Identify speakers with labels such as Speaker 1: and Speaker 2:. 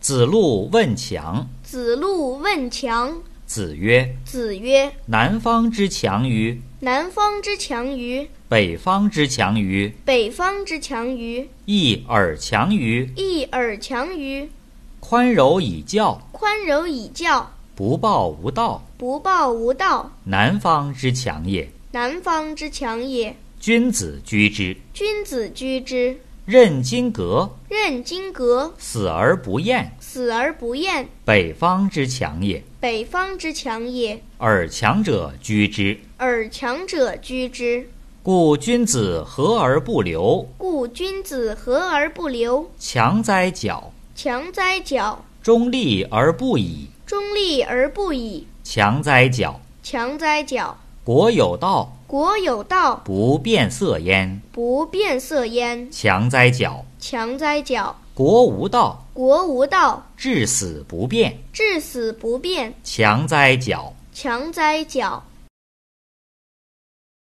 Speaker 1: 子路问强。
Speaker 2: 子路问强。
Speaker 1: 子曰
Speaker 2: 子曰：“
Speaker 1: 南方之强于：“
Speaker 2: 南方之强于
Speaker 1: 北方之强于，
Speaker 2: 北方之强于，
Speaker 1: 义而强于，
Speaker 2: 义而强于，
Speaker 1: 宽柔以教，
Speaker 2: 宽柔以教，
Speaker 1: 不暴无道。
Speaker 2: 不暴无道。
Speaker 1: 南方之强也，
Speaker 2: 南方之强也，
Speaker 1: 君子居之。
Speaker 2: 君子居之。
Speaker 1: 任金革，
Speaker 2: 任金革，
Speaker 1: 死而不厌。
Speaker 2: 死而不厌。
Speaker 1: 北方之强也，
Speaker 2: 北方之强也，
Speaker 1: 尔强者居之。
Speaker 2: 而强者居之。
Speaker 1: 故君子和而不流，
Speaker 2: 故君子和而不流，
Speaker 1: 强哉矫；
Speaker 2: 强哉矫。
Speaker 1: 中立而不倚，
Speaker 2: 中立而不倚，
Speaker 1: 强哉矫。
Speaker 2: 强哉矫。
Speaker 1: 国有道，
Speaker 2: 国有道，
Speaker 1: 不变色焉，
Speaker 2: 不变色焉。
Speaker 1: 强哉矫；
Speaker 2: 强哉矫。
Speaker 1: 国无道，
Speaker 2: 国无道，
Speaker 1: 至死不变，
Speaker 2: 至死不变。
Speaker 1: 强哉矫。
Speaker 2: 强哉矫。